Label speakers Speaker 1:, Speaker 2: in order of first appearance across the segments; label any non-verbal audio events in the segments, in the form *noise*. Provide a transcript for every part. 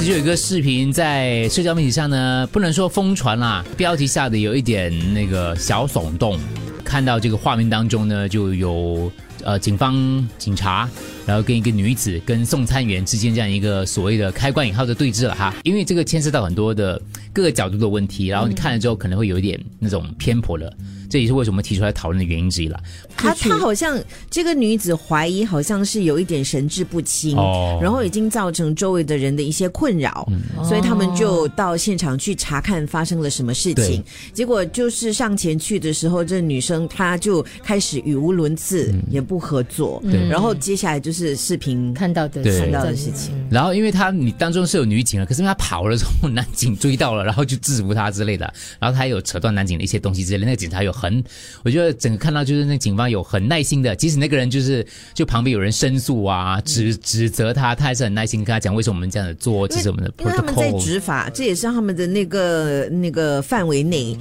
Speaker 1: 始就有一个视频在社交媒体上呢，不能说疯传啦，标题下的有一点那个小耸动。看到这个画面当中呢，就有呃警方警察，然后跟一个女子跟送餐员之间这样一个所谓的开关引号的对峙了哈。因为这个牵涉到很多的各个角度的问题，然后你看了之后可能会有一点那种偏颇了，这也是为什么提出来讨论的原因之一了。
Speaker 2: 她她好像这个女子怀疑好像是有一点神志不清，
Speaker 1: 哦嗯
Speaker 2: 然后已经造成周围的人的一些困扰，所以他们就到现场去查看发生了什么事情。结果就是上前去的时候，这女生她就开始语无伦次，也不合作，
Speaker 1: 嗯对
Speaker 2: 然后接下来就是视频
Speaker 3: 看到的
Speaker 1: 对
Speaker 2: 看到的事情。
Speaker 1: 然后因为他你当中是有女警了，可是他跑了之后，男警追到了，然后就制服他之类的，然后他有扯断男警的一些东西之类的。那个警察有很，我觉得整个看到就是那警方有很耐心的，即使那个人就是就旁边有人申诉啊，指指责他，他还是很耐心跟他讲为什么我们这样子做，这是我们的
Speaker 2: 因为他们在
Speaker 1: protocol。
Speaker 2: 执法，这也是他们的那个那个范围内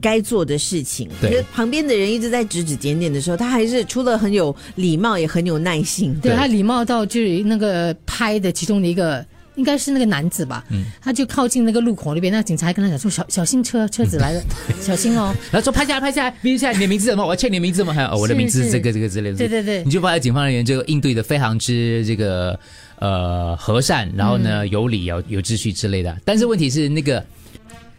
Speaker 2: 该做的事情。
Speaker 1: 对
Speaker 2: 就是旁边的人一直在指指点点的时候，他还是除了很有礼貌，也很有耐心。
Speaker 3: 对
Speaker 1: 对
Speaker 3: 他礼貌到就是那个拍的其中的一个。应该是那个男子吧，
Speaker 1: 嗯
Speaker 3: 他就靠近那个路口那边，那警察还跟他讲说小小心车车子来了，
Speaker 1: 嗯
Speaker 3: *laughs* 小
Speaker 1: *laughs*
Speaker 3: 心哦。
Speaker 1: 然后说拍下来，拍下来，明下来，你的名字是什么？我要 check 你的名字吗？还有、哦、我的
Speaker 3: 是
Speaker 1: 名字是
Speaker 3: 是
Speaker 1: 这个这个之类的。
Speaker 3: 对对对
Speaker 1: 你就发现警方人员这个应对的非常之这个呃和善，然后呢、有理有有秩序之类的。但是问题是那个。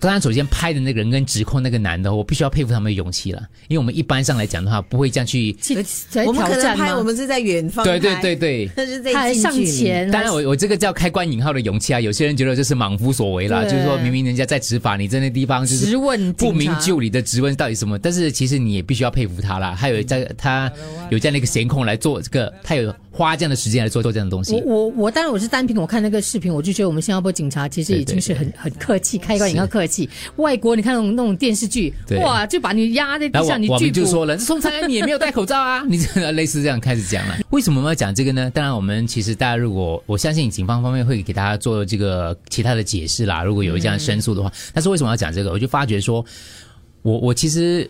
Speaker 1: 当然，首先拍的那个人跟指控那个男的，我必须要佩服他们的勇气了，因为我们一般上来讲的话，不会这样去。
Speaker 3: 去来
Speaker 2: 我们可
Speaker 3: 挑
Speaker 2: 能
Speaker 3: 战
Speaker 2: 拍，
Speaker 3: 吗
Speaker 2: 我们是在远方
Speaker 1: 对
Speaker 2: 拍，
Speaker 1: 对对对。
Speaker 2: 但是在
Speaker 3: 他还
Speaker 2: 近
Speaker 3: 上
Speaker 2: 距离
Speaker 3: 前，
Speaker 1: 当然我，我这个叫开关引号的勇气啊。有些人觉得这是莽夫所为啦，
Speaker 3: 对
Speaker 1: 就是说明明人家在执法，你在那地方就是
Speaker 3: 质问
Speaker 1: 不
Speaker 3: 警
Speaker 1: 明
Speaker 3: 察
Speaker 1: 就里的质问到底什么？但是其实你也必须要佩服他啦，他有在他有嗯这样的一个闲空来做这个，他有花这样的时间来做做这样的东
Speaker 3: 我
Speaker 1: 西。
Speaker 3: 我我当然我是单凭我看那个视频，我就觉得我们新加坡警察其实已经是很很客气，开关也要客气。外国你看那种那种电视剧
Speaker 1: 对，
Speaker 3: 哇，就把你压在
Speaker 1: 然
Speaker 3: 地
Speaker 1: 后
Speaker 3: 上，你
Speaker 1: 我我
Speaker 3: 拒
Speaker 1: 们就
Speaker 3: 捕。
Speaker 1: 说了，这送餐你也没有戴口罩
Speaker 3: *laughs*
Speaker 1: 啊，你这 *laughs* 类似这样开始讲了。为什么我们要讲这个呢？当然，我们其实大家如果我相信警方方面会给大家做这个其他的解释啦，如果有这
Speaker 3: 嗯
Speaker 1: 样申诉的话。但是为什么要讲这个？我就发觉说，我我其实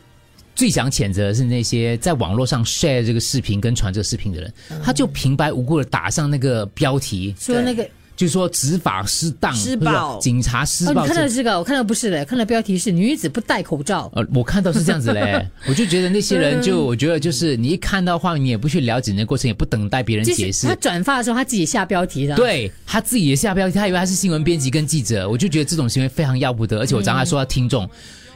Speaker 1: 最想谴责的是那些在网络上 share 这个视频跟传这个视频的人，
Speaker 3: 嗯
Speaker 1: 他就平白无故的打上那个标题，
Speaker 3: 说那个
Speaker 1: 就说执法失当、
Speaker 2: 施暴
Speaker 1: 或者警察施
Speaker 3: 哦，
Speaker 1: 暴
Speaker 3: 你
Speaker 1: 之
Speaker 3: 看
Speaker 1: 类
Speaker 3: 到
Speaker 1: 的。
Speaker 3: 这个，我看到不是嘞，看到标题是女子不戴口罩，
Speaker 1: 呃，我看到是这样子
Speaker 3: *laughs*
Speaker 1: 嘞，我就觉得那些
Speaker 3: 嗯
Speaker 1: 人就，我觉得就是你一看到画面，你也不去了解那个过程，也不等待别人解
Speaker 3: 就是
Speaker 1: 释
Speaker 3: 他，啊转发的时候他自己下标题的，，
Speaker 1: 对他自己也下标题，他以为他是新闻编辑跟记者，我就觉得这种行为非常要不得。而且我刚才说到听众，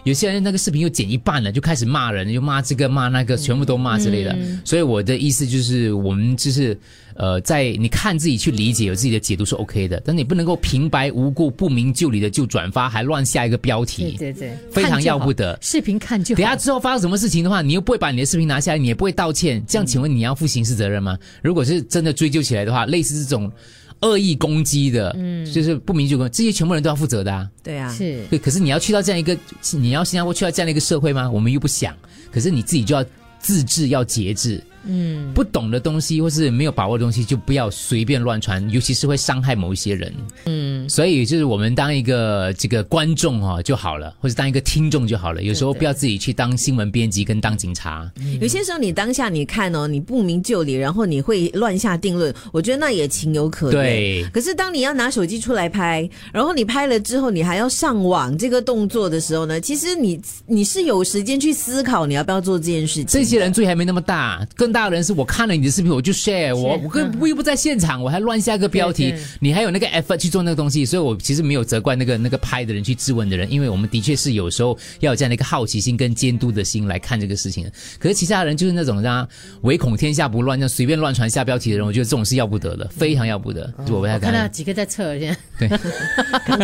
Speaker 1: 有些人那个视频又剪一半了，就开始骂人，又骂这个骂那个，全部都骂之类的。
Speaker 3: 嗯
Speaker 1: 所以我的意思就是，我们就是呃，在你看自己去理解，有自己的解读是 OK 的，但你不能够平白无故、不明就里的就转发，还乱下一个标
Speaker 3: 对
Speaker 1: 题，
Speaker 3: 对对，
Speaker 1: 非常
Speaker 3: 看就好
Speaker 1: 要不得
Speaker 3: 视频看就
Speaker 1: 等下
Speaker 3: 好。
Speaker 1: 之后发生什么事情的话，你又不会把你的视频拿下来，你也不会道歉，这样请问你要负刑事责任
Speaker 3: 嗯
Speaker 1: 吗？如果是真的追究起来的话，类似这种恶意攻击的，嗯，就是不明就攻，这些全部人都要负责的啊。
Speaker 2: 对啊，
Speaker 3: 是
Speaker 1: 对，可是你要去到这样一个，你要新加坡去到这样的一个社会吗？我们又不想，可是你自己就要自制，要节制。嗯，不懂的东西或是没有把握的东西，就不要随便乱传，尤其是会伤害某一些人。嗯，所以就是我们当一个这个观众哦就好了，或者当一个听众就好了。有时候不要自己去当新闻编辑跟当警察。
Speaker 2: 有些时候你当下你看哦，你不明就里，然后你会乱下定论，我觉得那也情有可原。
Speaker 1: 对
Speaker 2: 可是当你要拿手机出来拍，然后你拍了之后，你还要上网这个动作的时候呢，其实你你是有时间去思考你要不要做这件事情。
Speaker 1: 这些人罪还没那么大，更大的人是我看了你的视频，我就 share，我我跟我又不在现场，我还乱下个标题
Speaker 3: 嗯对对，
Speaker 1: 你还有那个 effort 去做那个东西，所以我其实没有责怪那个那个拍的人去质问的人，因为我们的确是有时候要有这样的一个好奇心跟监督的心来看这个事情。可是其他人就是那种让他唯恐天下不乱，这样随便乱传下标题的人，我觉得这种是要不得的，非常要不得。就我不太
Speaker 3: 嗯我看到
Speaker 1: 敢。
Speaker 3: 几个在测，现在
Speaker 2: 赶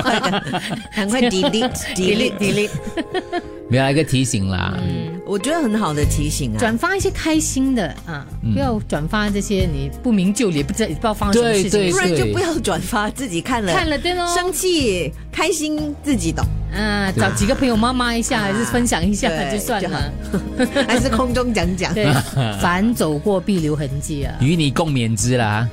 Speaker 2: 快赶，赶快 delete
Speaker 3: *laughs*
Speaker 2: delete delete，
Speaker 1: 没有一个提醒啦，
Speaker 3: 嗯
Speaker 2: 我觉得很好的提醒
Speaker 3: *laughs*
Speaker 2: 啊。
Speaker 3: 转发一些开心的啊，
Speaker 1: 嗯
Speaker 3: 不要转发这些你不明就里，也不知道不知道发生什么
Speaker 1: 对
Speaker 3: 事情
Speaker 1: 对
Speaker 2: 不。然就不要转发，自己看了
Speaker 3: 看了对咯
Speaker 2: 生气开心自己懂，
Speaker 3: 嗯，找几个朋友妈妈一下，还是分享一下
Speaker 2: 对
Speaker 3: 就算
Speaker 2: 就好
Speaker 3: 了。
Speaker 2: 还是空中讲
Speaker 1: *laughs*
Speaker 2: 讲。
Speaker 3: 对，凡走过必留痕迹啊。
Speaker 1: 与你共勉之啦。